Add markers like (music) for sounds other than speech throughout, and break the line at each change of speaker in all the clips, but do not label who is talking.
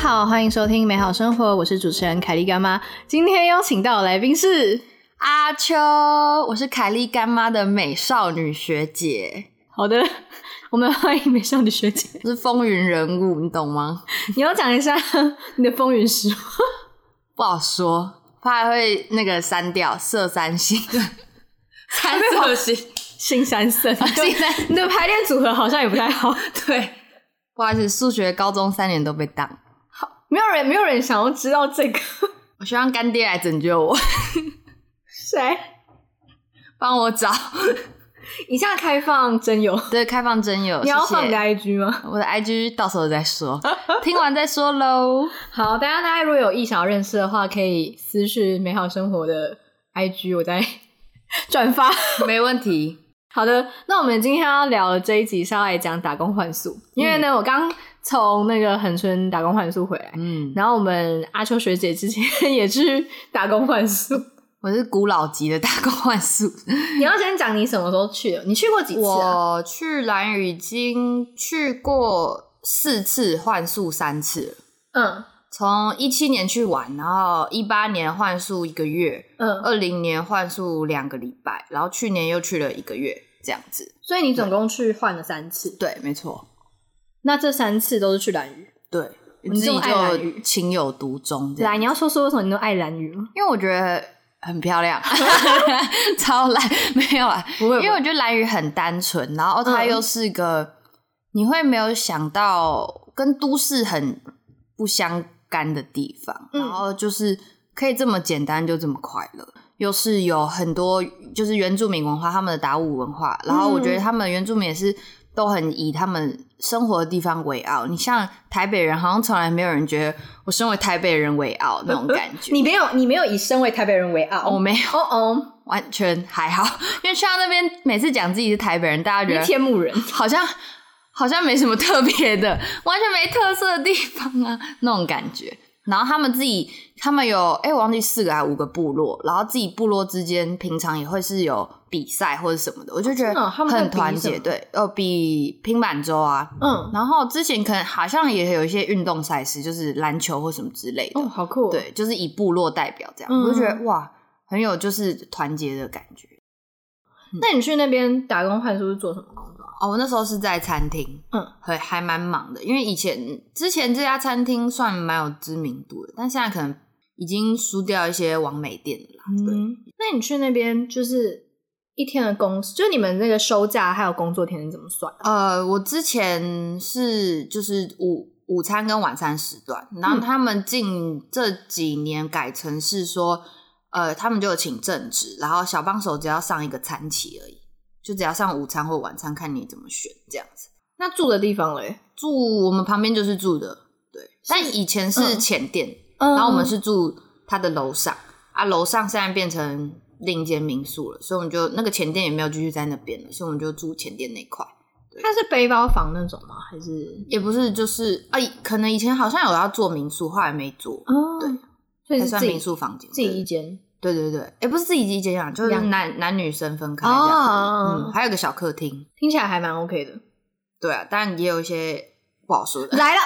好，欢迎收听《美好生活》，我是主持人凯莉干妈。今天邀请到的来宾是，
阿秋，我是凯莉干妈的美少女学姐，
好的， (laughs) 我们欢迎美少女学姐。
我是风云人物，你懂吗？
你要讲一下你的风云史吗，
不好说，怕会那个删掉色三 (laughs) 星，三色星，
新三色，你的
新三
你的排列组合好像也不太好。
(laughs) 对，不好意思，数学高中三年都被当。
没有人，没有人想要知道这个
我希望干爹来拯救 (laughs) 我，
(laughs) 谁。
帮我找
(laughs) 以下开放真友，
对开放真友，
你要放
谢
你的
谢
IG 吗？
我的 IG 到时候再说，听完再说喽。
好，大家大家如果有意想要认识的话，可以私讯美好生活的 IG，我再 (laughs) 转发。
(laughs) 没问题，
好的，那我们今天要聊的这一集是要来讲打工换宿，因为呢，我刚从那个恒春打工换宿回来，
嗯，
然后我们阿秋学姐之前也去打工换宿。
我是古老级的大工换宿。
(laughs) 你要先讲你什么时候去的？你去过几次啊？
我去蓝屿已经去过四次，换宿三次了。
嗯
从一七年去玩，然后一八年换宿一个月，
嗯，
二零年换宿两个礼拜，然后去年又去了一个月，这样子。
所以你总共去换了三次，
对，没错，
那这三次都是去蓝屿。
对，
你
自
这么
己
爱蓝屿
就情有独钟这
来，
样。
你要说说为什么你都爱蓝屿吗？
因为我觉得很漂亮， (laughs) 超烂，没有啊，
不会
因为我觉得蓝屿很单纯，然后它
嗯
又是个、你会没有想到跟都市很不相干的地方，
嗯
然后就是可以这么简单就这么快乐，又是有很多就是原住民文化，他们的达悟文化，然后我
嗯
觉得他们原住民也是。都很以他们生活的地方为傲。你像台北人，好像从来没有人觉得我身为台北人为傲那种感觉。
(laughs) 你没有，你没有以身为台北人为傲。
我没有，
哦哦，
完全还好， (laughs) 因为去到那边每次讲自己是台北人，大家
你
觉
是
得
天母人。
好像好像没什么特别的， (laughs) 完全没特色的地方啊， (laughs) 那种感觉。然后他们自己，他们有哎、我忘记四个还五个部落，然后自己部落之间平常也会是有比赛或者什么的，我就觉
真的
得
哦他们会
很团
比什么
结。对，呃，比平板舟啊，
(laughs) 嗯，
然后之前可能好像也有一些运动赛事，就是篮球或什么之类的。
哦，好酷、哦。
对，就是以部落代表这样，
嗯
我就觉得哇，很有就是团结的感觉。
那你去那边打工换宿是做什么工作？
哦，我那时候是在餐厅，
嗯，
还还蛮忙的，因为以前之前这家餐厅算蛮有知名度的，但现在可能已经输掉一些王美店了啦。
嗯，那你去那边就是一天的工，就是你们那个休假还有工作天是怎么算的？啊
呃，我之前是就是午午餐跟晚餐时段，然后
嗯
他们近这几年改成是说，呃，他们就有请正职，然后小帮手只要上一个餐期而已，就只要上午餐或晚餐，看你怎么选这样子。
那住的地方嘞？
住我们旁边就是住的，对，但以前是
嗯
前店，
嗯
然后我们是住他的楼上啊，楼上现在变成另一间民宿了，所以我们就那个前店也没有继续在那边了，所以我们就住前店那块。
它是背包房那种吗？还是
也不是，就是啊，可能以前好像有要做民宿，后来没做，
哦，
对，
所以
还
是
算
自己
民宿房间。
自己一间。
对对对，也不是自己一间啊，就是
两
男男女生分开这样。
哦
嗯，还有个小客厅。
听起来还蛮 OK 的。
对啊，当然也有一些不好
(laughs)
说的，
来了，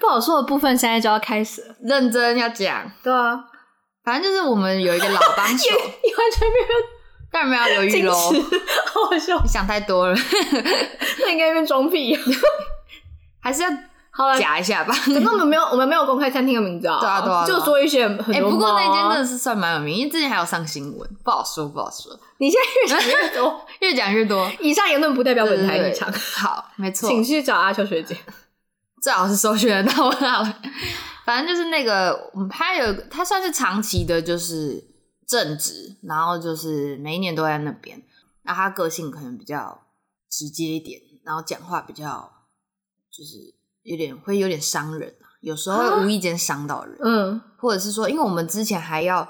不好说的部分现在就要开始了。
认真要讲。
对啊，
反正就是我们有一个老
(laughs)
帮手，
你完全没有
当然没有犹豫
矜
喽。
持， (laughs) 好好笑。
你想太多了，
那应该变装屁。哦
还是要
好了，
夹一下吧。
可是我们没有，我们没有公开餐厅的名字啊。
对啊对啊对
就
啊
说一些很多、啊
哎、不过那间真的，是算蛮有名，因为之前还有上新闻，不好说不好说，
(laughs) 你现在越想越多。
越讲越多。
以上言论不代表本台
对对
立
对
场，
好，没错，
请去找阿秋学姐。
最好是搜寻得到我好了。反正就是那个，嗯他有他算是长期的，就是正职，然后就是每一年都在那边。那他个性可能比较直接一点，然后讲话比较就是有点会有点伤人啊，有时候
啊
会无意间伤到人，
嗯
或者是说，因为我们之前还要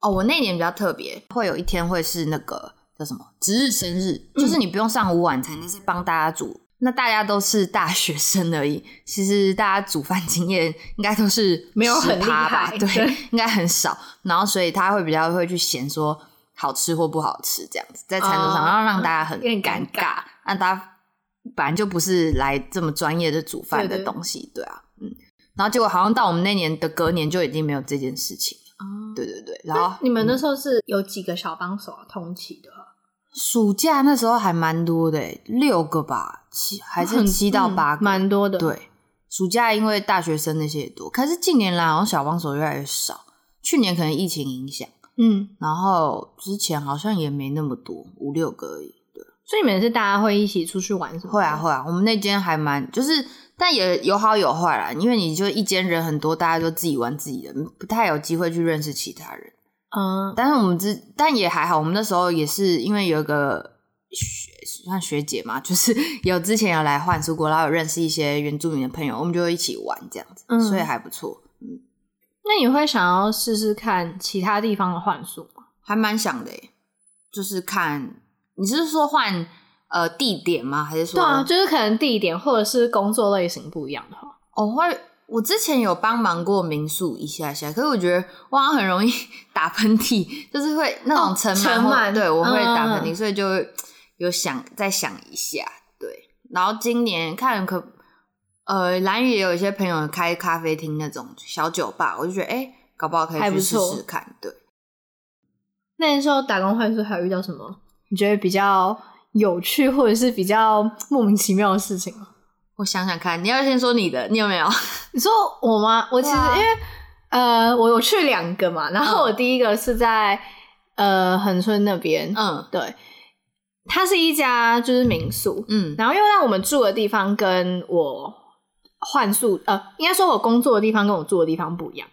哦，我那年比较特别，会有一天会是那个叫什么值日生日，就是
嗯
你不用上午晚餐，就是帮大家煮。那大家都是大学生而已，其实大家煮饭经验应该都
(laughs)
是
没有很
10%
厉
吧
害对
对，应该很少。然后所以他会比较会去嫌说好吃或不好吃这样子，在餐桌上，
哦
然后让大家很
有点尴
尴尬。那大家本来就不是来这么专业的煮饭的
对对
东西，对啊，嗯。然后结果好像到我们那年的隔年就已经没有这件事情了。
哦
对对对，然后
你们那时候是有几个小帮手啊同期的啊？
暑假那时候还蛮多的欸，六个吧，七还是
很
七到
嗯
八个，
蛮多的。，
对。暑假因为大学生那些也多，可是近年来好像小帮手越来越少。去年可能疫情影响，
嗯，
然后之前好像也没那么多，五六个而已。对，
所以你们是大家会一起出去玩什么的？
会啊会啊，我们那间还蛮就是，但也有好有坏啦。因为你就一间人很多，大家就自己玩自己的，不太有机会去认识其他人。
嗯，
但是我们之但也还好，我们那时候也是因为有一个学算学姐嘛，就是 (laughs) 有之前有来换宿过，然后有认识一些原住民的朋友，我们就一起玩这样子，
嗯
所以还不错，嗯
那你会想要试试看其他地方的幻术吗？
还蛮想的耶。就是看你是说换呃地点吗？还是说
对啊，就是可能地点或者是工作类型不一样的话，
哦，会。我之前有帮忙过民宿一下下，可是我觉得我好像很容易 (laughs) 打喷嚏，就是会那种
哦
尘
尘
或
螨
对我会打喷
嗯嗯
嚏，
嗯
所以就会有想再想一下，对。然后今年看可，呃，蓝宇也有一些朋友开咖啡厅那种小酒吧，我就觉得哎、诶搞不好可
还
以
不
去试
错
试看，对。
那时候打工幻术还有遇到什么你觉得比较有趣或者是比较莫名其妙的事情吗？
我想想看，你要先说你的，你有没有？ (laughs)
你说我吗？我其实、
对啊
因为呃，我有去两个嘛，然后我第一个是在、呃恒春那边，
嗯
对，它是一家就是民宿，
嗯
然后因为让我们住的地方跟我换宿，呃，应该说我工作的地方跟我住的地方不一样。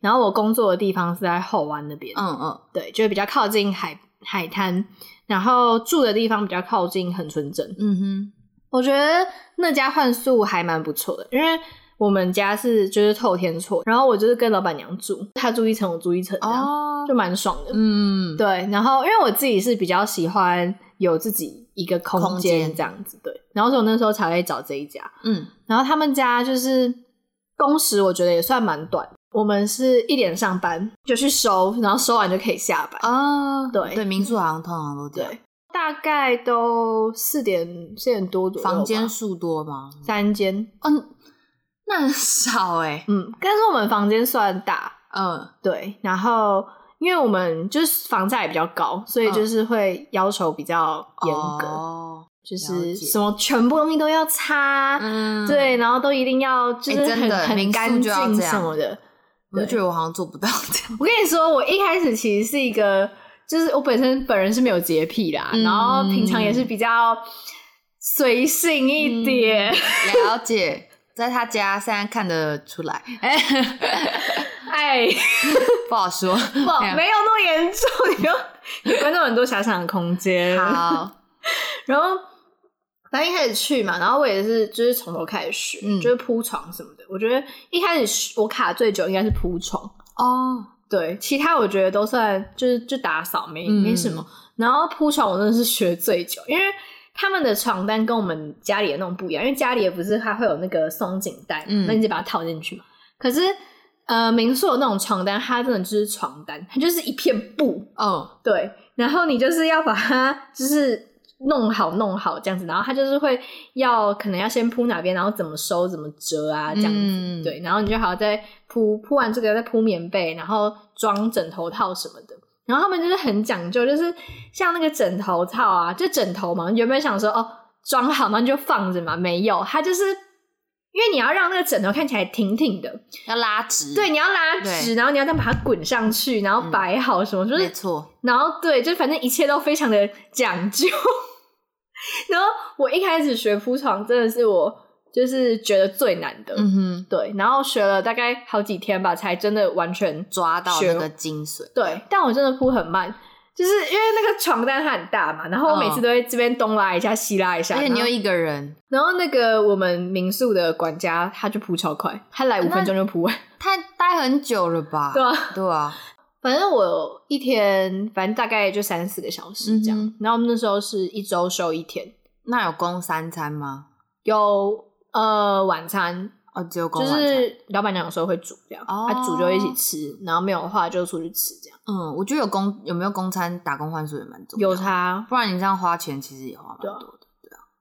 然后我工作的地方是在后湾那边，
嗯嗯
对，就是比较靠近海海滩，然后住的地方比较靠近恒春镇。
嗯哼，
我觉得那家换宿还蛮不错的，因为我们家是就是透天厝，然后我就是跟老板娘住，她住一层，我住一层，这样、
哦
就，蛮爽的。
嗯，
对，然后因为我自己是比较喜欢有自己一个空
空
间
间
这样子，对，然后所以我那时候才会找这一家，
嗯
然后他们家就是工时，我觉得也算蛮短。我们是一点上班就去收，然后收完就可以下班。
啊，
对
对，民宿好像通常都这样。
对，大概都四点四点多左右吧。
房间数
(laughs)
多吗？
三间，
嗯，那很少哎、
嗯，但是我们房间算大，
嗯
对。然后因为我们就是房价也比较高，所以就是会要求比较严格，
嗯哦、
就
了
是
解
什么全部东西都要擦，
嗯，
啊对，然后都一定要就是很、
哎真的
很
民宿
干
就要
净
这样
什么的。
我就觉得我好像做不到这样。
我跟你说，我一开始其实是一个，就是我本身本人是没有洁癖啦，
嗯
然后平常也是比较随性 (laughs)
嗯
一点。 (laughs)
了解，在他家现在看得出来，
(laughs)
哎、
哎， (laughs)
不好说。
不，
哎呀
没有那么严重，你
(laughs)
就给观众很多遐想的空间。
好，
(laughs) 然后反正一开始去嘛，然后我也是就是从头开始学，
嗯
就是铺床什么的。我觉得一开始学我卡最久应该是铺床，
哦，
对，其他我觉得都算就是就打扫没、
嗯
没什么。然后铺床我真的是学最久，因为他们的床单跟我们家里的那种不一样，因为家里的不是它会有那个松紧带嘛，
嗯
那你就把它套进去嘛。可是呃，民宿的那种床单，它真的就是床单，它就是一片布，
哦，
对，然后你就是要把它就是弄好弄好这样子，然后它就是会要可能要先铺哪边，然后怎么收怎么折啊这样子，
嗯
对，然后你就好再铺铺完这个再铺棉被，然后装枕头套什么的。然后他们就是很讲究，就是像那个枕头套啊，就枕头嘛，原本想说哦装好，然后你就放着嘛，没有，它就是因为你要让那个枕头看起来挺挺的，
要拉直，
对，，你要拉直，
嗯对
然后你要再把它滚上去，然后
嗯
摆好什么，就是
没错，
然后对，就反正一切都非常的讲究。 (laughs) 然后我一开始学铺床，真的是我就是觉得最难的，
嗯哼，
对。然后学了大概好几天吧，才真的完全
抓到
学
那个精髓，
对。但我真的铺很慢，就是因为那个床单它很大嘛，然后我每次
嗯
都会这边东拉一下西拉一下，
而且
然
你
后
又一个人，
然后那个我们民宿的管家他就铺超快，他来五分钟就铺完， (laughs)
他待很久了吧？
对啊。
对啊，
反正我一天，反正大概就三四个小时这样。
嗯
然后我们那时候是一周休一天，
那有供三餐吗？
有呃晚餐，
哦，只有供
就
晚餐。
是老板娘有时候会煮这样，她、
哦
煮就一起吃，然后没有的话就出去吃这样。
嗯，我觉得有公有没有公餐打工换宿也蛮重要
有
的，
差，
不然你这样花钱其实也花蛮
对啊
多的。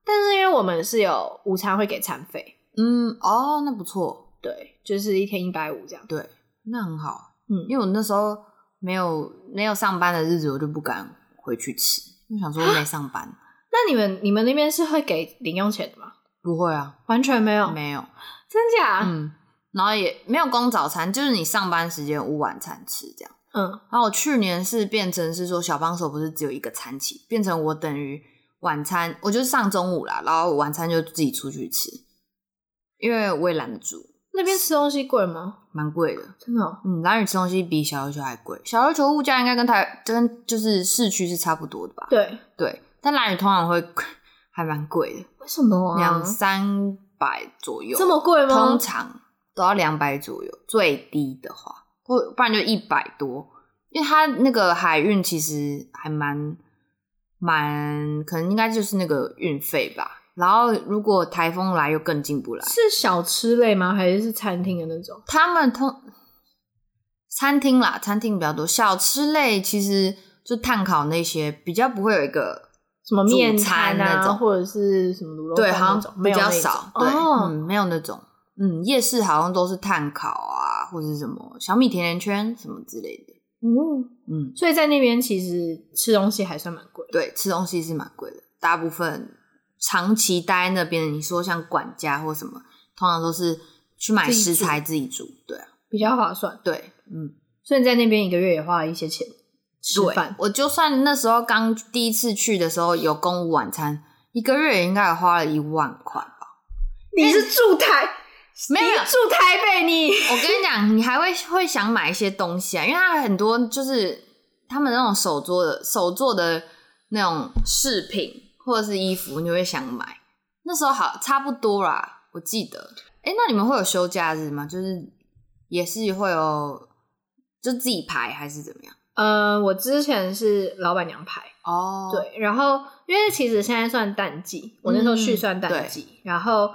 但是因为我们是有午餐会给餐费，
嗯，哦，那不错。
对，就是一天一百五这样。
对，那很好，
嗯，
因为我那时候没有没有上班的日子，我就不敢回去吃，我想说没上班，
那你们你们那边是会给零用钱的吗？
不会啊，
完全没有，
没有，
真假？
嗯，然后也没有供早餐，就是你上班时间无晚餐吃这样。
嗯
然后我去年是变成是说小帮手不是只有一个餐期，变成我等于晚餐，我就是上中午啦，然后晚餐就自己出去吃，因为我也懒得煮，
那边吃东西贵吗？
蛮贵的。
真的、哦？
嗯，蓝屿吃东西比小琉球还贵，小琉球物价应该跟台跟就是市区是差不多的吧？
对，
对，但蓝屿通常会 (laughs) 还蛮贵的，
为什么
两、
啊？
三百左右，
这么贵吗？
通常都要两百左右，最低的话，或不然就一百多，因为它那个海运其实还蛮蛮，可能应该就是那个运费吧。然后如果台风来又更进不来，
是小吃类吗？还是是餐厅的那种？
他们通餐厅啦，餐厅比较多，小吃类其实就碳烤那些比较不会有一个
什么面
主餐
啊，
那种
或者是什么卤肉
对，
饭
好
那种
像
没
比
有
较
那种
少，对，
哦
嗯，没有那种，嗯，夜市好像都是碳烤啊，或者是什么小米甜甜圈什么之类的，
嗯，
嗯，
所以在那边其实吃东西还算蛮贵。
对，吃东西是蛮贵的，大部分长期待在那边，你说像管家或什么，通常都是去买
自己
食
煮
材自己煮，对啊，
比较划算。
对，嗯，
所以你在那边一个月也花了一些钱吃
对
饭，，
我就算那时候刚第一次去的时候有公午晚餐，一个月也应该也花了一万块吧，
你是住台，
没有
你
没有
是住台北你，
(laughs) 我跟你讲，你还会会想买一些东西啊，因为它很多就是他们那种手做的手做的那种饰品或者是衣服，你会想买。那时候好差不多啦，我记得。哎、那你们会有休假日吗？就是也是会有，就自己排还是怎么样？
呃，我之前是老板娘排，
哦，
对，然后因为其实现在算淡季，我那时候去
嗯
算淡
对
季，然后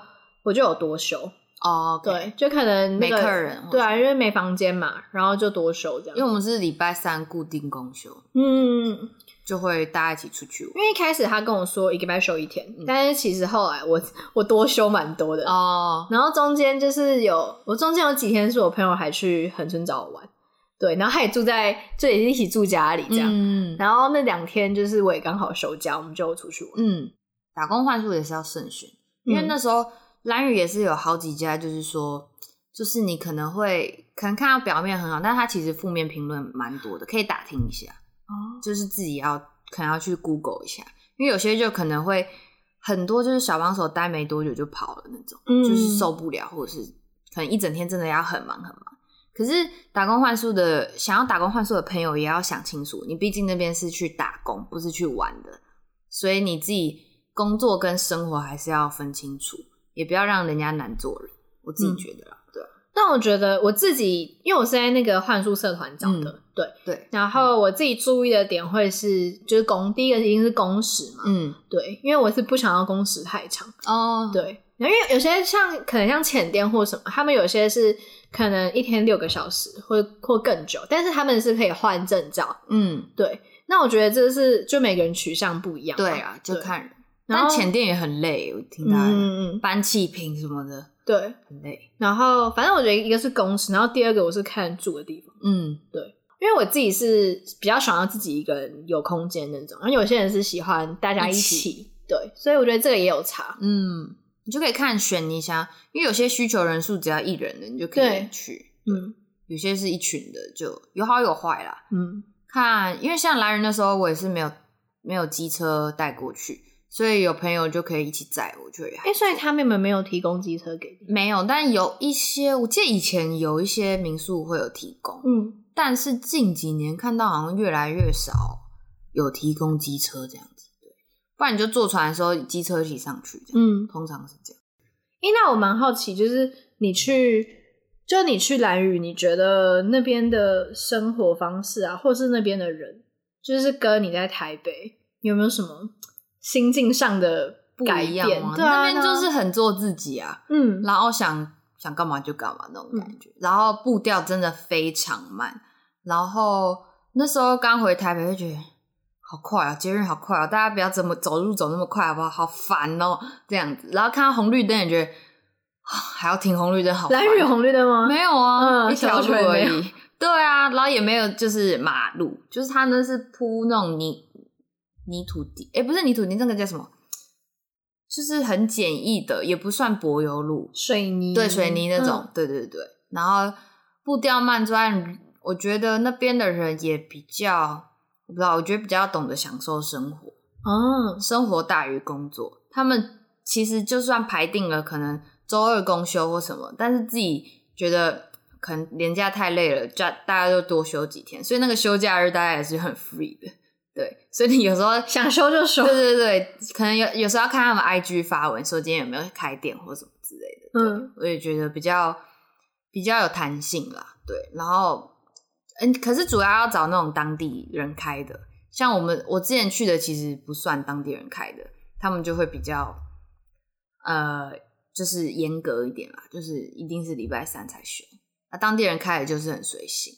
我就有多休，
哦，
对，，就可能、那
没
个、
客人或者
对啊，因为没房间嘛，然后就多休这
因为
样。
我们是礼拜三固定公休，
嗯，
就会大家一起出去
因
玩。
为一开始他跟我说一个礼拜休一天，但是其实后来我我多休蛮多的，
嗯哦，
然后中间就是有我中间有几天是我朋友还去恒春找我玩，对，然后他也住在这里一起住家里这样，
嗯
然后那两天就是我也刚好休假，我们就出去玩，
嗯，打工换宿也是要慎选。因为
嗯
那时候蓝宇也是有好几家，就是说，就是你可能会可能看到表面很好，但它其实负面评论蛮多的，可以打听一下，
哦，
就是自己要可能要去 Google 一下，因为有些就可能会很多就是小帮手待没多久就跑了那种，
嗯
就是受不了，或者是可能一整天真的要很忙很忙。可是打工换宿的想要打工换宿的朋友也要想清楚，你毕竟那边是去打工，不是去玩的，所以你自己工作跟生活还是要分清楚，也不要让人家难做人。我
嗯
自己觉得啦，对啊
但我觉得我自己，因为我是在那个幻术社团找
嗯
的，对，
对，
然后我自己注意的点会是，就是工第一个一定是工时嘛，
嗯
对，因为我是不想要工时太长，
哦，
对。然后因为有些像可能像浅店或什么，他们有些是可能一天六个小时或或更久，但是他们是可以换证照。
嗯
对，那我觉得这是就每个人取向不一样嘛。
对啊，就
哦对
看人。
然后
但前店也很累，我
嗯
听大家讲
嗯嗯，
搬气瓶什么的
对。
很累。
然后反正我觉得一个是工时，然后第二个我是看住的地方，
嗯
因为我自己是比较想要自己一个人有空间那种，然后有些人是喜欢大家一
一
起，
起
对，所以我觉得这个也有差。
嗯，你就可以看选你想要，因为有些需求人数只要一人的，你就可
对
以去；
嗯
有些是一群的，就有好有坏啦。
嗯
看，因为像来人的时候，我也是没有没有机车带过去，所以有朋友就可以一起载我，就也还
哎、所以他们有没有提供机车给你？
没有。但有一些，我记得以前有一些民宿会有提供，
嗯，
但是近几年看到好像越来越少有提供机车这样子，对，不然你就坐船的时候机车一起上去，这样，
嗯，
通常是这样。
诶，那我蛮好奇，就是你去，就你去兰屿，你觉得那边的生活方式啊，或是那边的人，就是跟你在台北有没有什么心境上的
不
改
一
变
样吗？？
对啊，
那边就
对
是
啊
很做自己啊，
嗯
然后想想干嘛就干嘛那种感觉，然后步调真的非常慢。然后那时候刚回台北，会觉得好快啊，节日好快啊，大家不要这么走路走那么快好不好？好烦哦，这样子。然后看到红绿灯也觉得还要停红绿灯，好烦
蓝雨红绿灯吗？
没有啊，
嗯
一条
小
路
腿
而
没有
已。对啊，然后也没有就是马路，就是它那是铺那种泥泥土地，哎，不是泥土地，那个叫什么？就是很简易的，也不算柏油路，
水泥
对水泥那种，
嗯
对对对。然后步调慢之外，我觉得那边的人也比较，我不知道，我觉得比较懂得享受生活。
哦，
生活大于工作。他们其实就算排定了可能周二公休或什么，但是自己觉得可能年假太累了，假大家就多休几天，所以那个休假日大家也是很 free 的。对，所以你有时候
想收就收
对，对对，可能有有时候要看他们 IG 发文，说今天有没有开店或什么之类的。
嗯，
我也觉得比较比较有弹性啦，对。然后，嗯，可是主要要找那种当地人开的，像我们我之前去的其实不算当地人开的，他们就会比较呃，就是严格一点啦，就是一定是礼拜三才休。那当地人开的就是很随性，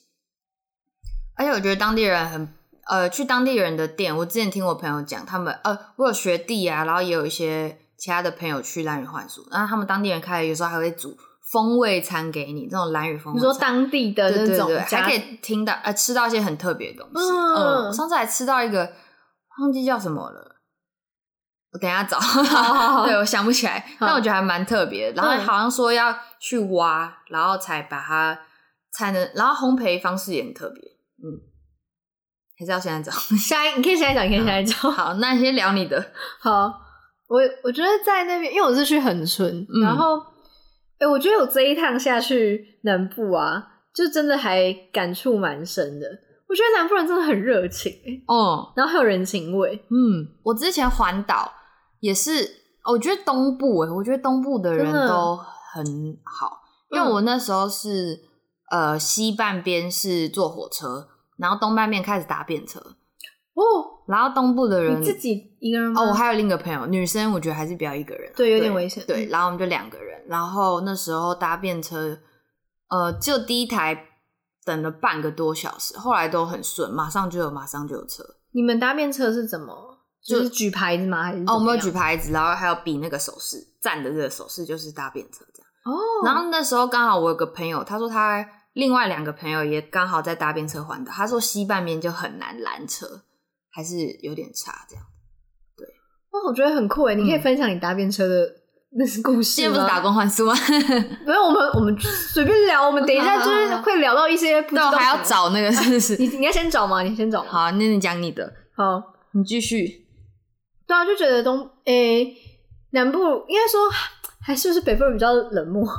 而且我觉得当地人很呃，去当地人的店，我之前听我朋友讲，他们呃，我有学弟啊，然后也有一些其他的朋友去兰屿幻术，然后他们当地人开的，有时候还会煮风味餐给你，这种兰屿风
你
味
说
餐。
当地的
对
那
对
种
对，
家
还可以听到呃吃到一些很特别的东西。
嗯
嗯，我上次还吃到一个忘记叫什么了，我等一下找。
好好
(laughs) 对，我想不起来，但
好
我觉得还蛮特别的。然后
嗯
好像说要去挖，然后才把它才能，然后烘焙方式也很特别。嗯，还是要现在找。 (laughs)
下一，你可以现在讲，
嗯
你可以现在讲。
好，那你先聊你的。
(laughs) 好，我我觉得在那边，因为我是去恒春，
嗯
然后，哎、我觉得我这一趟下去南部啊，就真的还感触蛮深的。我觉得南部人真的很热情、欸
哦、
然后很有人情味，
嗯，我之前环岛也是，哦我觉得东部诶、我觉得东部的人
真的
都很好，
嗯
因为我那时候是呃西半边是坐火车，然后东半边开始搭便车，
哦。
然后东部的人
你自己一个人吗？
哦，我还有另一个朋友，女生，我觉得还是比较一个人啊、
对有点危险嗯
对，然后我们就两个人，然后那时候搭便车，呃，就第一台等了半个多小时，后来都很顺，马上就有，马上就有车。
你们搭便车是怎么？
就
就是举牌子吗？还是
哦，我们有举
牌
牌子，然后还有比那个手势，站的这个手势就是搭便车这样。
哦。
然后那时候刚好我有个朋友，他说他另外两个朋友也刚好在搭便车环岛，他说西半边就很难拦车，还是有点差这样。
哇，我觉得很酷哎！你可以
嗯
分享你搭便车的那是故事
今天不是
吗
打工换宿吗？
没有，我们我们随便聊，我们等一下
(laughs)
就是会聊到一些不知
对，啊
道
(laughs) 我
什么
还要找那个是不是？ (laughs)
你，你要先找吗？你先找吗？
好，那你讲你的，
好，
你继续。
对啊，就觉得东诶、南部应该说还是不是北部人比较冷漠？ (laughs)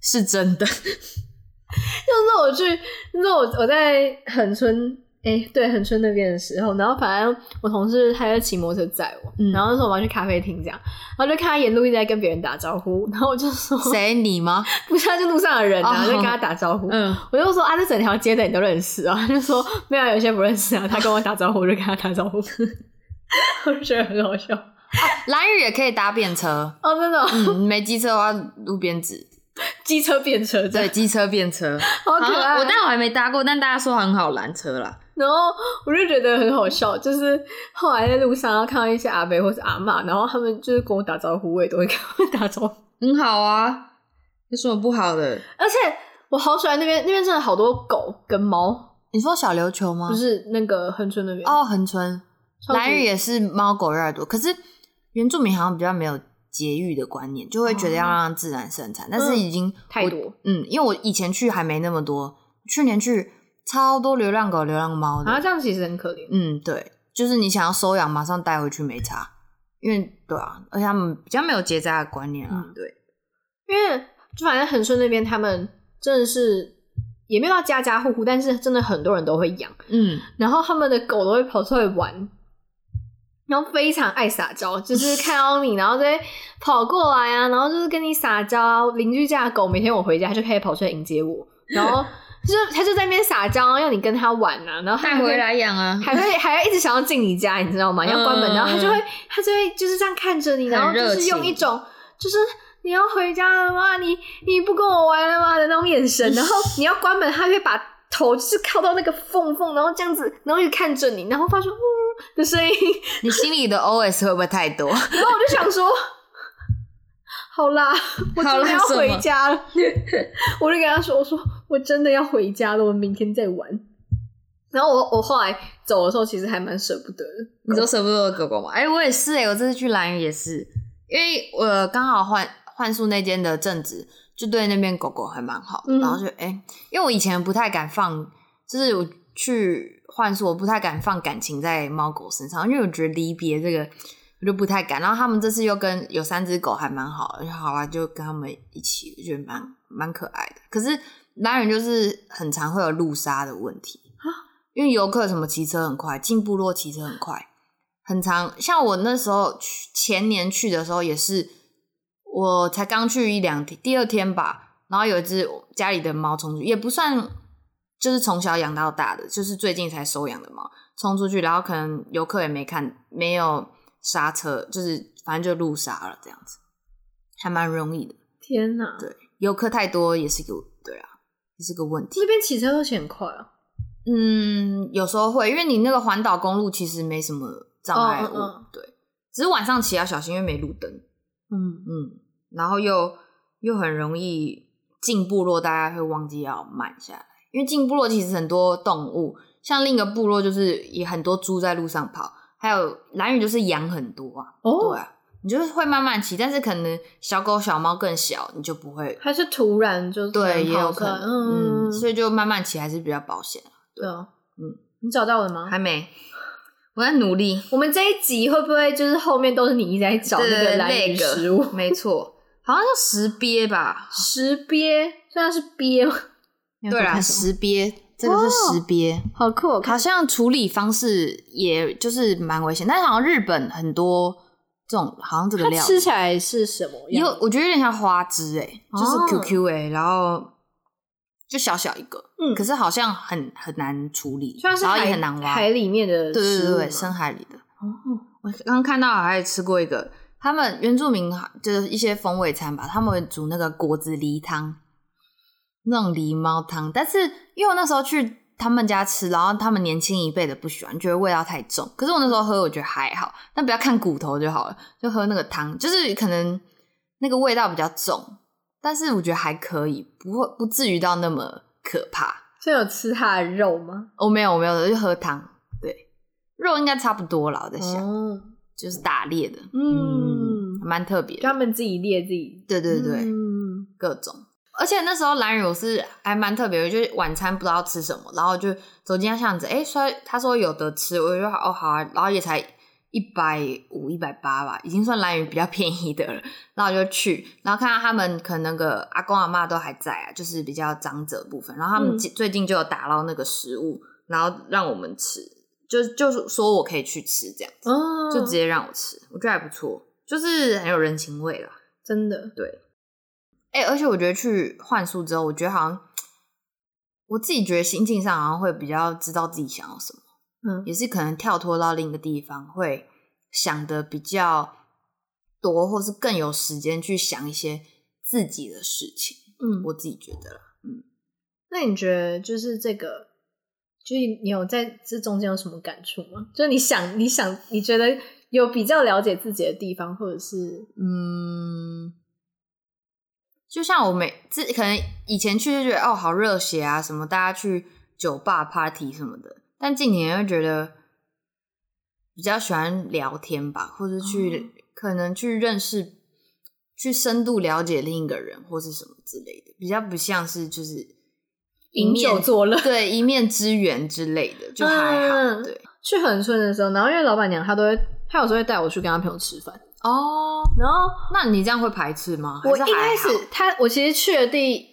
是真 (laughs) 的，
就是我去，就是我我在恒春，哎、对，恒春那边的时候，然后反正我同事他就骑摩托车载我，
嗯
然后那时候我们要去咖啡厅这样，然后就看他沿路一直在跟别人打招呼，然后我就说，
谁你吗？
(laughs) 不是，他就路上的人啊，
哦
就跟他打招呼，
嗯，
我就说啊，这整条街的你都认识啊？他 (laughs) 就说没有，有些不认识啊。他跟我打招呼，我就跟他打招呼， (laughs) 我就觉得很好笑。。
蓝雨也可以搭便车
哦，真的哦、
嗯，没机车的话，路边纸。
机车变车这
对，
样，
机车便车。
好可
好
爱。
啊我但我还没搭过，但大家说很好拦车啦。
然后我就觉得很好笑，就是后来在路上，然后看到一些阿伯或是阿嬷，然后他们就是跟我打招呼，我也都会跟他们打招呼。
很好啊，有什么不好的？
而且我好喜欢那边，那边真的好多狗跟猫，
你说小琉球吗？
不是那个恒春那边，
哦，恒春、
超级
蓝屿也是猫狗越来越多，可是原住民好像比较没有节育的观念，就会觉得要让它自然生产，但是已经
太
我
多
嗯，因为我以前去还没那么多，去年去超多流浪狗、流浪猫的。
啊，这样其实很可怜。
嗯，对，就是你想要收养，马上带回去没差，因为对啊，而且他们比较没有结扎的观念啊。
嗯
对，
因为就反正恒顺那边他们真的是也没有到家家户户，但是真的很多人都会养，
嗯， (laughs)
然后他们的狗都会跑出来玩。然后非常爱撒娇，就是
(laughs)
看到你，然后再跑过来啊，然后就是跟你撒娇啊。邻居家的狗每天我回家它就可以跑出来迎接我，然后 (laughs) 就是它就在那边撒娇，要你跟它玩啊，然后它还会
养啊
还会还会一直想要进你家，你知道吗？要关门，
嗯
然后他就会他就会就是这样看着你，
很
然后就
热
是
情
用一种就是你要回家了吗？你你不跟我玩了吗的那种眼
(laughs)
神，然后你要关门，他会把头就是靠到那个缝缝，然后这样子，然后就看着你，然后发出呜的声音，
你心里的 OS 会不会太多？
然后我就想说，好 (laughs) 好
(laughs)
啦，我真
好
的
啦
要
什么
回家了。
(laughs)
我就跟他说，我说我真的要回家了，我们明天再玩。然后我我后来走的时候，其实还蛮舍不得的。
你说舍不得狗狗吗？哎、我也是哎、我这次去兰屿也是，因为我刚好换换宿那间的正职，就对那边狗狗还蛮好的，
嗯
然后就哎、因为我以前不太敢放，就是我去换宿，我不太敢放感情在猫狗身上，因为我觉得离别这个我就不太敢。然后他们这次又跟有三只狗还蛮好的，就好啊，就跟他们一起，我觉得蛮蛮可爱的。可是兰屿就是很常会有路杀的问题。因为游客什么骑车很快，进部落骑车很快，很长。像我那时候去前年去的时候，也是我才刚去一两天，第二天吧，然后有一只家里的猫冲出去，也不算就是从小养到大的，就是最近才收养的猫冲出去，然后可能游客也没看，没有刹车，就是反正就路杀了这样子，还蛮容易的。
天哪，
对游客太多也是一个对啊，也是个问题。
那边骑车会骑很快啊。
嗯，有时候会，因为你那个环岛公路其实没什么障碍物，
嗯嗯嗯
对，只是晚上骑要小心，因为没路灯，
嗯，
嗯，然后又又很容易进部落，大家会忘记要慢下来，因为进部落其实很多动物，像另一个部落就是也很多猪在路上跑，还有蓝屿就是羊很多啊，对
哦，
啊，你就是会慢慢骑，但是可能小狗小猫更小，你就不会，
它是突然就是
对，也有
跑出
可
来
能，
嗯，
嗯，所以就慢慢骑还是比较保险。
对啊，
嗯
嗯，你找到了吗？
还没，我在努力。
我们这一集会不会就是后面都是你一直在找那
对
个
对
蓝
那
鱼
个
食
(laughs)
物？
没错，好像叫石鳖吧？
石鳖，虽然是鳖，哦
对啦，石鳖，这个是石鳖。
好酷哦，
好像处理方式也就是蛮危险，但是好像日本很多这种，好像这个
它
料
吃起来是什么
也有
样？，
我觉得有点像花枝哎、
哦
就是 QQ 哎、然后就小小一个，
嗯
可是好像很很难处理，
虽然是
然后
海
也很难挖，
海里面的
对对
食
对
物
对，
嘛
深海里的。
哦，
我刚刚看到还吃过一个，他们原住民就是一些风味餐吧，他们煮那个果子狸汤，那种狸猫汤。但是因为我那时候去他们家吃，然后他们年轻一辈的不喜欢，觉得味道太重。可是我那时候喝，我觉得还好，但不要看骨头就好了，就喝那个汤，就是可能那个味道比较重，但是我觉得还可以，不会不至于到那么可怕。
所以有吃它的肉吗？
哦我、没有，我没有，我就喝汤。对，肉应该差不多了，我在想。
哦，
就是打猎的，
嗯
还蛮特别
就
的，
他们自己猎自己，
对对对，
嗯
各种。而且那时候蓝屿我是还蛮特别的，就是晚餐不知道吃什么，然后就走进他巷子，哎、说他说有得吃，我就说哦好啊，然后也才一百五、一百八吧，已经算蓝屿比较 (laughs) 便宜的了。然后我就去，然后看到他们可能那个阿公阿妈都还在啊，就是比较长者部分，然后他们
嗯
最最近就有打捞那个食物，然后让我们吃，就就是说我可以去吃这样子。
哦，
就直接让我吃，我觉得还不错，就是很有人情味啦。
真的
哎、而且我觉得去换宿之后，我觉得好像我自己觉得心境上好像会比较知道自己想要什么，
嗯
也是可能跳脱到另一个地方，会想的比较多，或是更有时间去想一些自己的事情。
嗯，
我自己觉得啦，
那你觉得就是这个，就是你有在这中间有什么感触吗？就是你想，你想，你觉得有比较了解自己的地方，或者是
嗯，就像我每自可能以前去就觉得哦好热血啊，什么大家去酒吧 party 什么的，但近年会觉得比较喜欢聊天吧，或者去、
哦
可能去认识、去深度了解另一个人或是什么之类的，比较不像是就是一
饮酒
面
作乐？
对一面之缘之类的，就还好。
嗯
对
去恒春的时候，然后因为老板娘她都会，她有时候会带我去跟她朋友吃饭，
哦，
然后
那你这样会排斥吗？还
我一
是还
开
好
始他，我其实去了第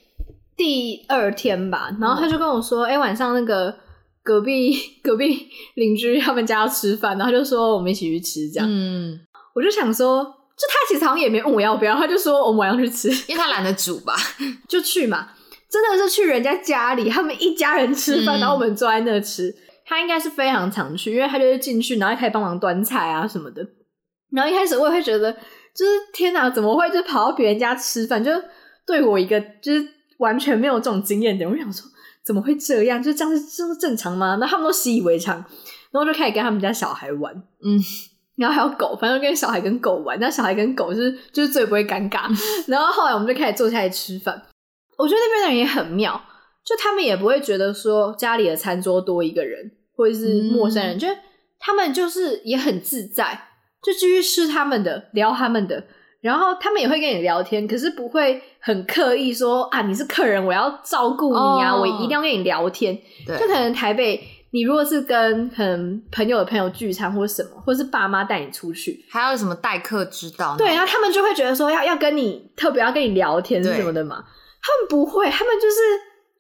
第二天吧，然后他就跟我说，哎、晚上那个隔壁隔壁邻居他们家要吃饭，然后就说我们一起去吃这样，
嗯。
我就想说，就他其实好像也没问我要不要，他就说我们晚上去吃，
因为他懒得煮吧。 (laughs)
就去嘛。真的是去人家家里，他们一家人吃饭，
嗯
然后我们坐在那吃。他应该是非常常去，因为他就是进去，然后开始帮忙端菜啊什么的。然后一开始我也会觉得，就是天哪，怎么会就跑到别人家吃饭？就对我一个就是完全没有这种经验的人，我想说怎么会这样？就这样是这是正常吗？那他们都习以为常，然后就开始跟他们家小孩玩，
嗯，
然后还有狗，反正跟小孩跟狗玩，那小孩跟狗就是就是最不会尴尬。 (laughs) 然后后来我们就开始坐下来吃饭，我觉得那边的人也很妙，就他们也不会觉得说家里的餐桌多一个人或者是陌生人，就他们就是也很自在，就继续吃他们的，聊他们的。然后他们也会跟你聊天，可是不会很刻意说啊，你是客人，我要照顾你啊，
哦
我一定要跟你聊天。
对
就可能台北，你如果是跟可能朋友的朋友聚餐或什么，或是爸妈带你出去，
还有什么待客之道？
对，然，后他们就会觉得说要要跟你特别要跟你聊天
对
什么的嘛。他们不会，他们就是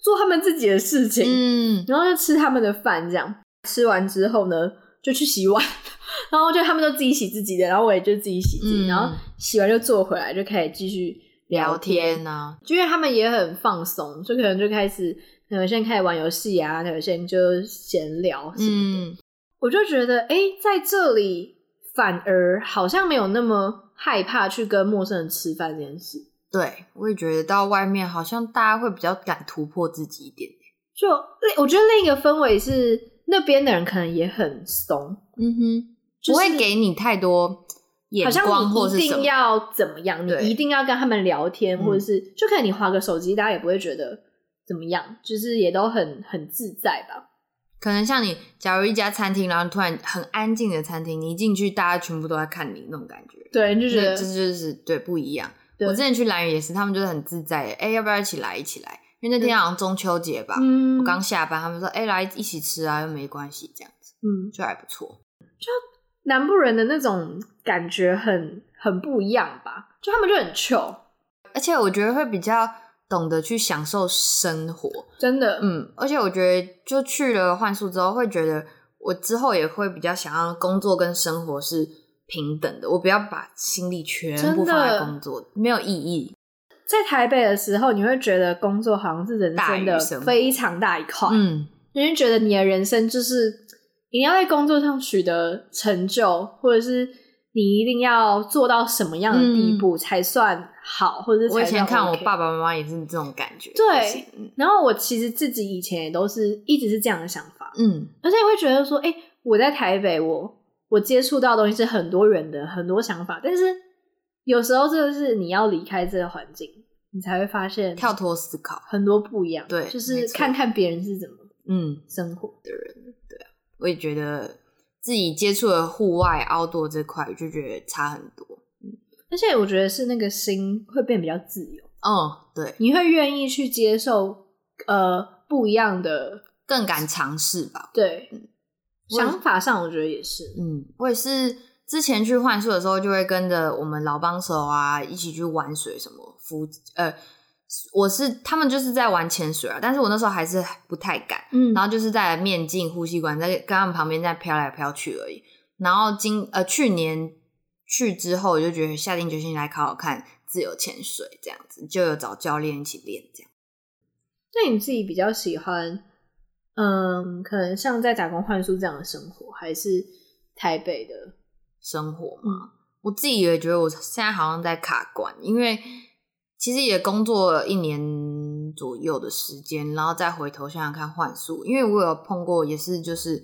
做他们自己的事情，
嗯，
然后就吃他们的饭，这样吃完之后呢，就去洗碗， (laughs) 然后就他们都自己洗自己的，然后我也就自己洗自己，
嗯
然后洗完就坐回来，就开始继续
聊
天，
天啊呢、
就因为他们也很放松，就可能就开始有些人开始玩游戏啊，有些人就闲聊什么的，
嗯，
我就觉得哎、诶在这里反而好像没有那么害怕去跟陌生人吃饭这件事。
对，我也觉得到外面好像大家会比较敢突破自己一点。
就另我觉得另一个氛围是那边的人可能也很松，
嗯哼，
就是
不会给你太多眼
好像
光或
你
是
一
什
定
么。
要怎么样，你
对
一定要跟他们聊天，
嗯
或者是就可能你划个手机，大家也不会觉得怎么样，就是也都很很自在吧。
可能像你，假如一家餐厅，然后突然很安静的餐厅，你一进去，大家全部都在看你那种感觉，
对，你就觉
这
得
这就是对不一样。
对
我之前去蓝屿也是，他们就是很自在耶，哎、要不要一起来一起来？因为那天好像中秋节吧，
嗯
我刚下班，他们说哎、来一起吃啊，又没关系，这样子
嗯，
就还不错。
南部人的那种感觉很很不一样吧，就他们就很糗，
而且我觉得会比较懂得去享受生活，
真的，
嗯，而且我觉得就去了幻术之后，会觉得我之后也会比较想要工作跟生活是平等的，我不要把心力全
真
部
的
放在工作，没有意义。
在台北的时候，你会觉得工作好像是人
大
生
于
的
生活
非常大一块，
嗯，
因为觉得你的人生就是你要在工作上取得成就，或者是你一定要做到什么样的地步才算好，或者是
嗯我以
才
前
算
看我
OK
爸爸妈妈也是这种感觉，
对
就是嗯
然后我其实自己以前也都是一直是这样的想法，
嗯，
而且会觉得说，哎、我在台北我，我接触到的东西是很多人的很多想法，但是有时候真的是你要离开这个环境，你才会发现
跳脱思考，
很多不一样，
对
就是
没错
看看别人是怎么
嗯，
生活，
我也觉得自己接触了户外 outdoor 这块，就觉得差很多。
而且我觉得是那个心会变比较自由。
哦，对，
你会愿意去接受呃不一样的
更敢尝试吧，
对
我也
想法上，嗯我觉得也是，
嗯，我也是之前去幻术的时候，就会跟着我们老帮手啊一起去玩水，什么浮呃，我是他们就是在玩潜水啊，但是我那时候还是不太敢，
嗯
然后就是戴了面镜、呼吸管，在跟他们旁边在飘来飘去而已。然后今呃去年去之后，我就觉得下定决心来考考看自由潜水，这样子就有找教练一起练这样。
那你自己比较喜欢，嗯，可能像在打工换宿这样的生活，还是台北的？
生活嘛。我自己也觉得我现在好像在卡关，因为其实也工作了一年左右的时间，然后再回头想想看换宿，因为我有碰过，也是就是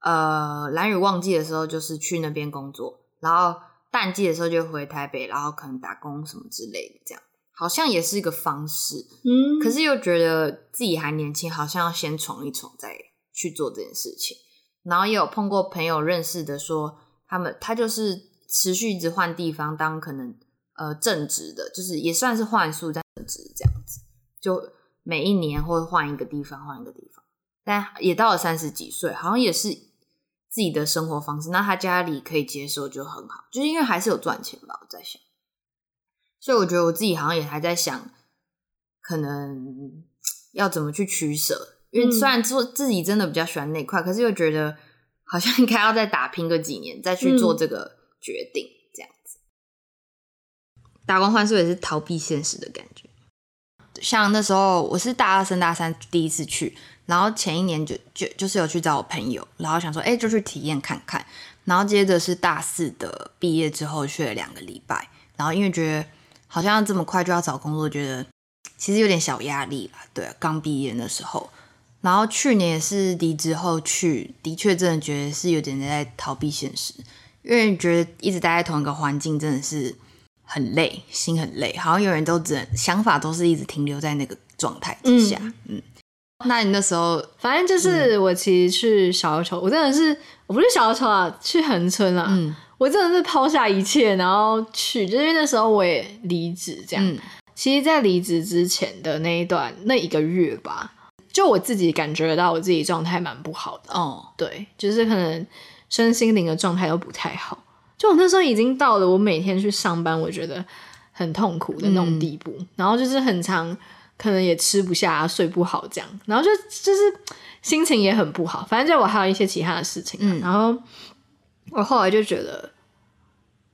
呃蓝雨旺季的时候，就是去那边工作，然后淡季的时候就回台北，然后可能打工什么之类的，这样好像也是一个方式。
嗯
可是又觉得自己还年轻，好像要先闯一闯再去做这件事情。然后也有碰过朋友认识的说，他们他就是持续一直换地方当可能呃正职的，就是也算是换宿但正职这样子，就每一年会换一个地方，换一个地方。但也到了三十几岁，好像也是自己的生活方式。那他家里可以接受就很好，就是因为还是有赚钱吧，我在想。所以我觉得我自己好像也还在想，可能要怎么去取舍。因为
嗯
虽然做自己真的比较喜欢那一块，可是又觉得好像应该要再打拼个几年，再去做
嗯
这个决定，这样子。打工换宿也是逃避现实的感觉。像那时候我是大二升大三第一次去，然后前一年就就就是有去找我朋友，然后想说，哎、就去体验看看。然后接着是大四的毕业之后去了两个礼拜，然后因为觉得好像这么快就要找工作，觉得其实有点小压力啦。对、啊，刚毕业那时候，然后去年也是离职后去，的确真的觉得是有点在逃避现实，因为觉得一直待在同一个环境真的是很累，心很累，好像永远都只能想法都是一直停留在那个状态之下。嗯那你那时候
反正就是我其实去小琉球，我真的是我不是小琉球啊，去恒春啊，
嗯
我真的是抛下一切然后去，就是因为那时候我也离职这样。
嗯
其实，在离职之前的那一段那一个月吧，就我自己感觉到我自己状态蛮不好的，
哦
对，就是可能身心灵的状态都不太好。就我那时候已经到了我每天去上班，我觉得很痛苦的那种地步，然后就是很常可能也吃不下、啊睡不好这样，然后就就是心情也很不好。反正就我还有一些其他的事情啊、
嗯
然后我后来就觉得，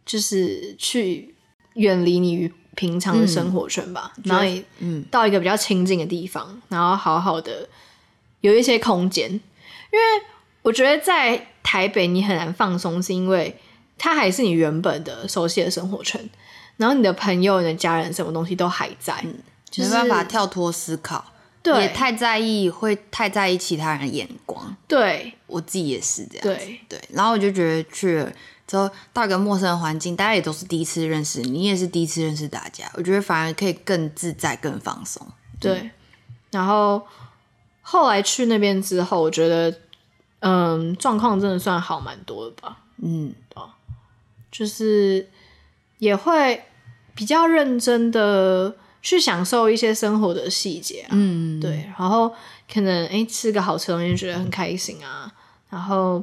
就是去远离你于平常的生活圈吧，然后也
嗯
到一个比较清静的地方，然后好好的有一些空间，因为我觉得在台北你很难放松，是因为它还是你原本的熟悉的生活圈，然后你的朋友、你的家人什么东西都还在，就是
嗯没办法跳脱思考，
对
也太在意，会太在意其他人的眼光。
对
我自己也是这样子，
对
对。然后我就觉得去了之后到一个陌生的环境，大家也都是第一次认识，你也是第一次认识大家，我觉得反而可以更自在、更放松。嗯
对，然后后来去那边之后，我觉得嗯状况真的算好蛮多的吧，
嗯
就是也会比较认真的去享受一些生活的细节啊，
嗯，
对，然后可能哎吃个好吃的东西觉得很开心啊，然后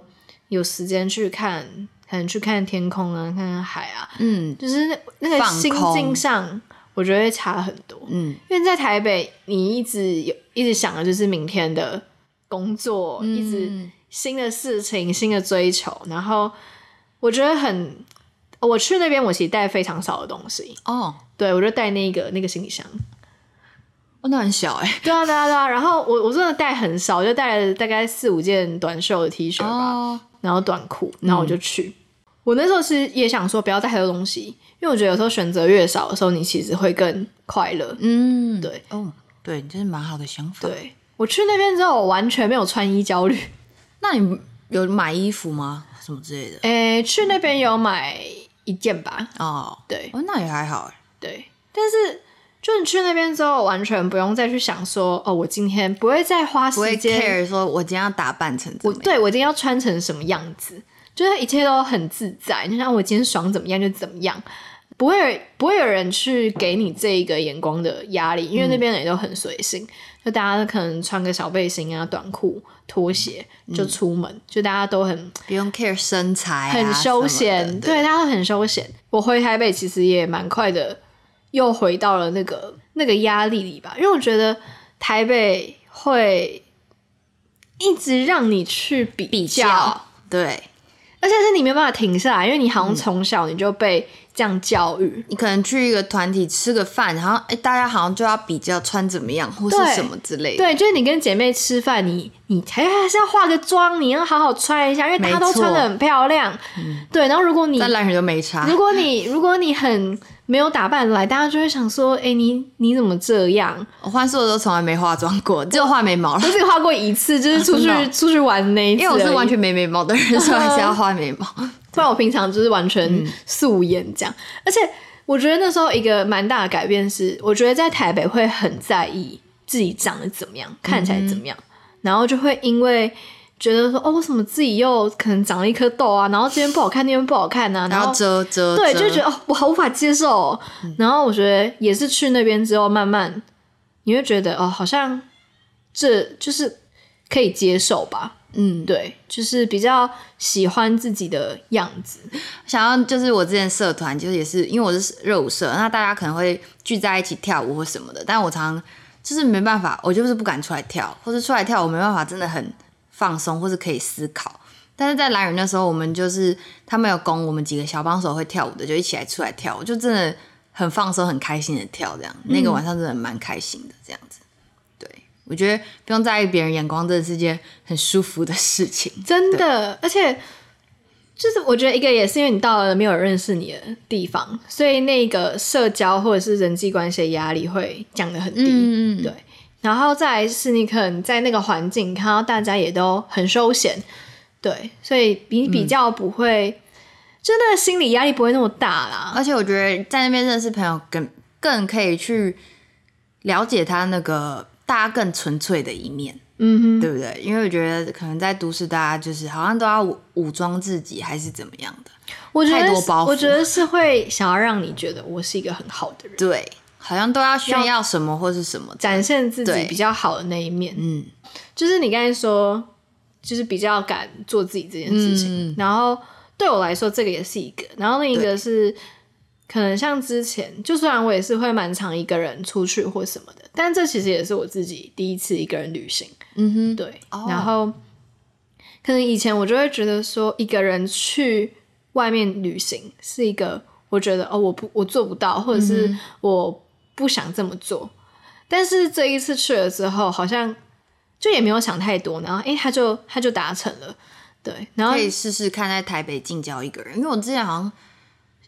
有时间去看，可能去看天空啊，看看海啊，
嗯
就是那那个
放
心
空
境上，我觉得会差很多。
嗯
因为在台北，你一直有一直想的就是明天的工作，
嗯
一直新的事情、新的追求，然后我觉得很。我去那边，我其实带非常少的东西，
哦，
对我就带那个那个行李箱，
哦那很小哎、
对啊，对啊，对啊。然后我我真的带很少，就带了大概四五件短袖的 T 恤吧，
哦，嗯
然后短裤，然后我就去。我那时候其实也想说不要带太多东西，因为我觉得有时候选择越少的时候，你其实会更快乐。
嗯，
对，
哦，对，这是蛮好的想法。，
对我去那边之后，我完全没有穿衣焦虑。
那你有买衣服吗？什么之类的？
诶，去那边有买一件吧，
哦，
对
哦，那也还好哎、
对，但是。就你去那边之后，完全不用再去想说哦，我今天不会再花
不会
时间
care 说我今天要打扮成
我
怎么样。
对我今天要穿成什么样子，就是一切都很自在。你想我今天爽怎么样就怎么样，不会不会有人去给你这一个眼光的压力，因为那边人也都很随性，就大家都可能穿个小背心啊、短裤、拖鞋就出门，就大家都很
不用 care 身材、啊，
很休
什
闲，
么的
对，，大家都很休闲。我回台北其实也蛮快的，又回到了那个那个压力里吧，因为我觉得台北会一直让你去比较，
比较，嗯对
而且是你没有办法停下来，因为你好像从小你就被这样教育，
你可能去一个团体吃个饭，然后哎、大家好像就要比较穿怎么样或是
对
什么之类的，
对，就是你跟姐妹吃饭，你你还还是要化个妆，你要好好穿一下，因为大家
没
都穿的
错嗯
很漂亮，对。然后如果你
但懒人就没差
如。果你如果你很没有打扮来，大家就会想说，哎、你你怎么这样？
我换宿的时候从来没化妆过，只有画眉毛了
我，只画过一次，就是出去、
真的哦
出去玩那一次而已，
因为我是完全没眉毛的人，所以还是要画眉
(laughs)
毛。
不然我平常就是完全素颜这样。而且我觉得那时候一个蛮大的改变是，我觉得在台北会很在意自己长得怎么样，看起来怎么样，
嗯
然后就会因为。觉得说哦，为什么自己又可能长了一颗痘啊？然后这边不好看，那边不好看啊，然
然
后
后遮遮，
对，就
遮
觉得哦，我好无法接受哦、然后我觉得也是去那边之后，慢慢你会觉得哦，好像这就是可以接受吧。
嗯，
对，就是比较喜欢自己的样子。
想要就是我之前社团就是也是因为我是热舞社，那大家可能会聚在一起跳舞或什么的，但我常常就是没办法，我就是不敢出来跳，或是出来跳我没办法真的很放松，或是可以思考。但是在蓝屿那时候，我们就是他们有供我们几个小帮手会跳舞的，就一起来出来跳舞，就真的很放松、很开心的跳，这样、那个晚上真的蛮开心的，这样子。对，我觉得不用在意别人眼光，真的是件很舒服的事情。
真的，而且就是我觉得一个也是因为你到了没有人认识你的地方，所以那个社交或者是人际关系的压力会降得很低。
嗯嗯嗯
对。然后再来是你可能在那个环境看到
嗯
大家也都很休闲，对，所以比比较不会。就那个心理压力不会那么大啦。
而且我觉得在那边认识朋友更更可以去了解他那个大家更纯粹的一面，
嗯哼，
对不对？因为我觉得可能在都市，大家就是好像都要武武装自己，还是怎么样的，
我觉得
太多
是
包袱
我觉得是会想要让你觉得我是一个很好的人，
对，好像都要炫耀什么或是什么的，
展现自己
对
比较好的那一面。
嗯，
就是你刚才说，就是比较敢做自己这件事情。
嗯
然后对我来说，这个也是一个。然后另一个是，可能像之前，就虽然我也是会蛮常一个人出去或什么的，但这其实也是我自己第一次一个人旅行。
嗯哼，
对，
哦
然后可能以前我就会觉得说，一个人去外面旅行是一个，我觉得哦，我不我做不到，或者是我不想这么做。但是这一次去了之后，好像就也没有想太多，然后诶，他就他就达成了，对，然后
可以试试看在台北近郊一个人，因为我之前好像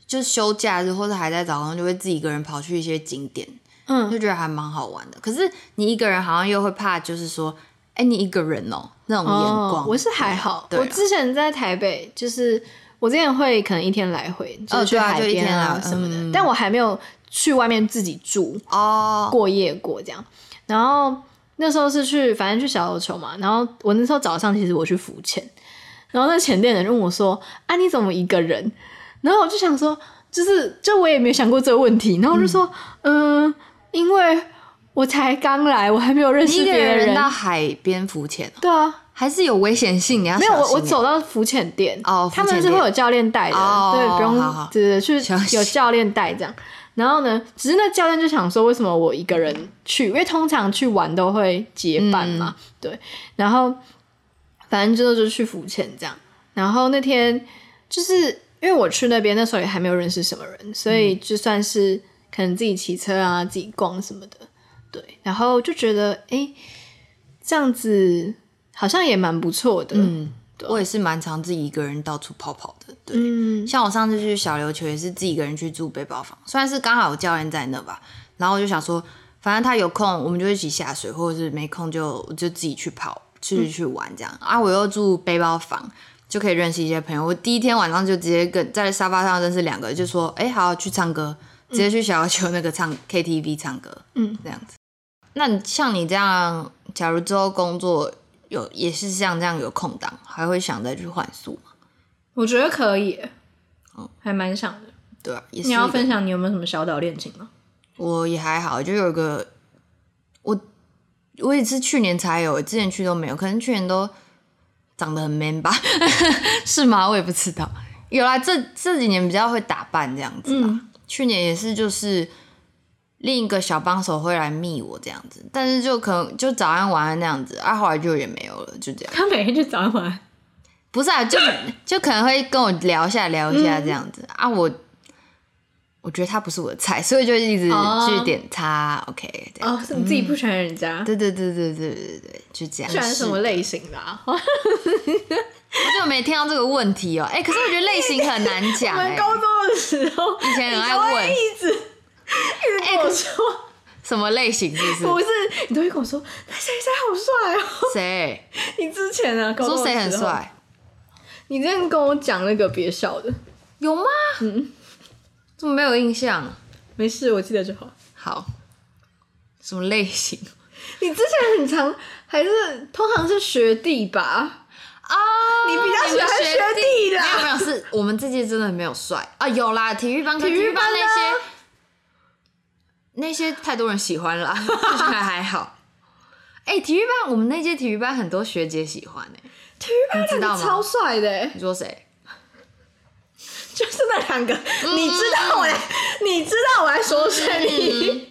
就休假日或者还在早上，就会自己一个人跑去一些景点，
嗯，
就觉得还蛮好玩的。可是你一个人好像又会怕，就是说，哎、你一个人哦、那种眼光、
哦，我是还好，
对啊
我之前在台北就是。我之前会可能一天来回，就
哦
是去
对啊
海
就一
边
天
啊
来
什么的，
嗯
但我还没有去外面自己住，
哦，
过夜过这样。然后那时候是去，反正去小琉球嘛。然后我那时候早上其实我去浮潜，然后那潜店的人问我说：“啊，你怎么一个人？”然后我就想说，就是就我也没有想过这个问题。然后我就说：“嗯、因为我才刚来，我还没有认
你
识
一个
别的
人到海边浮潜、哦，
对啊，
还是有危险性，你要
没有
小
我
心
我
欸
走到浮潜店
哦
他
浮
们
潜
是会
店
有教练带的，
哦
对，不
好好
用对对去
小心
有教练带这样。然后呢，只是那教练就想说，为什么我一个人去？因为通常去玩都会结伴嘛，
嗯
对。然后反正就是就去浮潜这样。然后那天就是因为我去那边那时候也还没有认识什么人，所以
嗯
就算是可能自己骑车啊、自己逛什么的，对。然后就觉得哎、诶这样子好像也蛮不错的，
嗯，我也是蛮常自己一个人到处跑跑的，对。
嗯
像我上次去小琉球也是自己一个人去住背包房，虽然是刚好有教练在那吧，然后我就想说，反正他有空我们就一起下水，或者是没空就我就自己去跑
嗯
去去玩这样、啊。我又住背包房，就可以认识一些朋友。我第一天晚上就直接跟在沙发上认识两个，就说哎、好去唱歌，直接去小琉球那个唱 KTV 唱歌，
嗯，
这样子。那你像你这样，假如之后工作有也是像这样有空档，还会想再去换宿吗？
我觉得可以，还蛮想的。
对啊，也是
你要
一个
分享你有没有什么小岛恋情吗？ (laughs)
我也还好，就有一个我我也是去年才有，之前去都没有，可能去年都长得很 man 吧， (laughs) 是吗？我也不知道。有啦，这这几年比较会打扮这样子啦。去年也是就是另一个小帮手会来密我这样子，但是就可能就早安晚安那样子，啊，后来就也没有了，就这样。
他每天去早上玩，
不是啊，就就可能会跟我聊一下聊一下这样子、啊，我我觉得他不是我的菜，所以就一直
哦
去点他、o k 这样。
哦，是你自己不喜欢人家，
对对对对对对对，就这样。
喜欢什么
是？
类型的、啊？
我就没听到这个问题哦、哎、可是我觉得类型很难
我
讲、
们
哎，
高中的时候，
(laughs) 以前很
你
爱
都会
问
一直一直跟我说，
什么类型是不
不
是？
是，你都会跟我说，那谁谁好帅哦。 (laughs)
谁？
你之前啊，高中
说
的
谁很
时候？
帅？
你之前跟我讲那个别笑的，
有吗？嗯，怎么没有印象？
没事，我记得就好。
好，什么类型？
你之前很常还是通常是学弟吧？
啊，
你比较喜欢
们
学弟啦
没有没有，是我们这届真的没有帅啊，有啦，体育班跟
体
体
育
育
班
班
啊
那些那些太多人喜欢了， (laughs) 还还好。哎、体育班我们那届体育班很多学姐喜欢哎、
体育班
知道
两
吗
个超帅的、欸，
你说谁？
(laughs) 就是那两个，你知道我嗯在，嗯你知道我在说谁？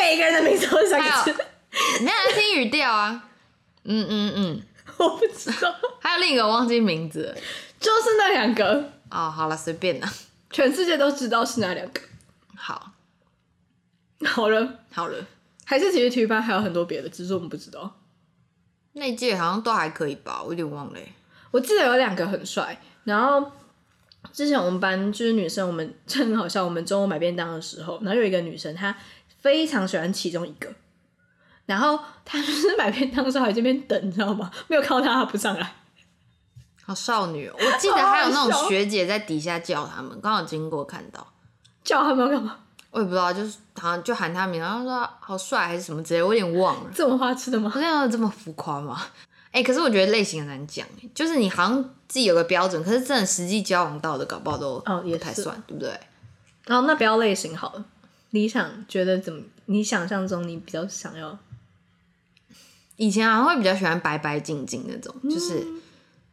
每个人的名字都是三个字，
没有在听语调啊。嗯嗯嗯，
我不知道，
还有另一个我忘记名字了
就是那两个，
哦，好了，随便啦。
全世界都知道是哪两个。
好，
好了，
好了，
还是其实体育班还有很多别的，只是我们不知道。
那一届好像都还可以吧，我有点忘了、欸。
我记得有两个很帅，然后之前我们班就是女生，我们真的很好笑。我们中午买便当的时候，然后有一个女生，她非常喜欢其中一个，然后她就是买便当的时候还这边等，你知道吗？没有看到她，她不上来。
好少女、哦，我记得还有那
好好
种
笑
学姐在底下叫他们，刚好经过看到，
叫他们要干嘛？
我也不知道，就是好像就喊他名，然后说好帅还是什么之类，我有点忘了。
这么花痴的
(laughs)
吗？
好像有这么浮夸吗？ (laughs) 哎、可是我觉得类型很难讲，就是你好像自己有个标准，可是真的实际交往到的，搞不好都
哦也
不太
是
算，对不对？
然哦后那不要类型好了，你想觉得怎么？你想象中你比较想要
以前好像会比较喜欢白白净净那种，就是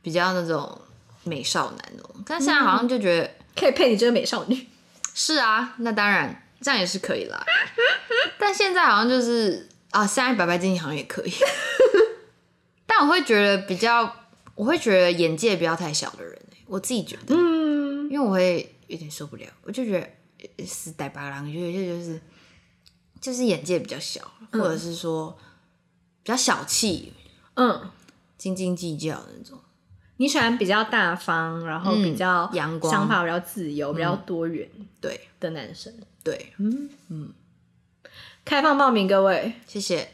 比较那种美少男那种，但现在好像就觉得、
可以配你这个美少女，
是啊，那当然这样也是可以啦。但现在好像就是啊，现在白白净净好像也可以， (laughs) 但我会觉得比较，我会觉得眼界不要太小的人、欸我自己觉得。
嗯，
因为我会有点受不了，我就觉得呃死呆白狼，就有些就是就是眼界比较小，或者是说比较小气、
嗯，
斤斤计较的那种。
你喜欢比较大方，然后比较
嗯阳光
想法比较自由、比较多元
对
的男生。
对，
开放报名，各位。
谢谢。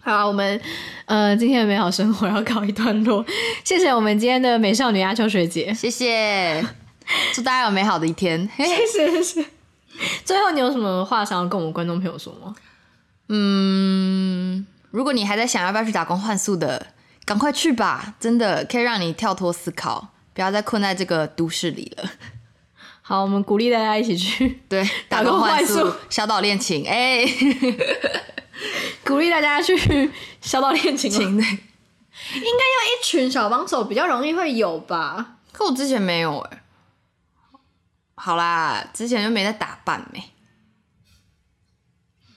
好，我们呃今天的美好生活要告一段落，谢谢我们今天的美少女阿秋学姐，
谢谢，祝大家有美好的一 (laughs) 天。
谢谢谢谢。最后你有什么话想要跟我们观众朋友说吗？
嗯，如果你还在想要不要去打工换宿的，赶快去吧，真的可以让你跳脱思考，不要再困在这个都市里了。
好，我们鼓励大家一起去，
对，
打工换宿
打工换小岛恋情，哎、 (laughs)
鼓励大家去小岛恋情吗。
情的。
一群小帮手比较容易会有吧？
可我之前没有哎、好啦，之前就没在打扮没、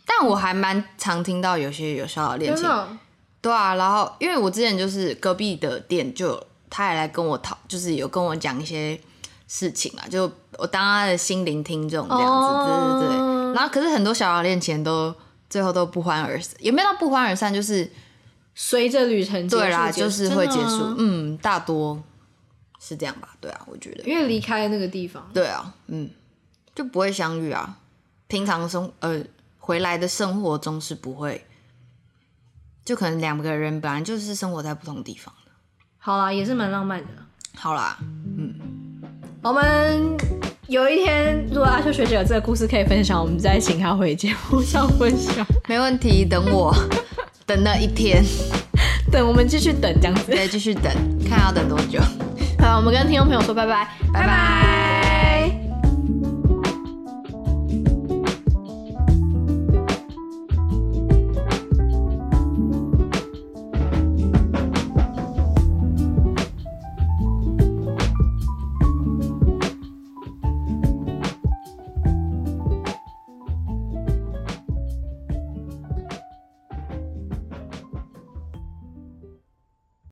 但我还蛮常听到有些有小的恋
真
情，
的，
对啊，然后因为我之前就是隔壁的店就有，他也来跟我讨，就是有跟我讲一些事情啊，就我当他的心灵听众这样子，
哦
对对对。然后可是很多小小恋情都最后都不欢而散，也没有到不欢而散，就是
随着旅程结束
对啦，
结束
就是会结
真的
束
啊，
嗯，大多是这样吧，对啊，我觉得。
因为离开那个地方。
对啊，嗯，就不会相遇啊。平常生呃回来的生活中是不会，就可能两个人本来就是生活在不同地方的。
好啦，也是蛮浪漫的。
好啦，
我们有一天，如果阿秋学姐有这个故事可以分享，我们再请她回节目上分享。
没问题，等我等那一天，
等我们继续等这样子。
对，继续等，看要等多久。
好，我们跟听众朋友说拜拜，
拜拜。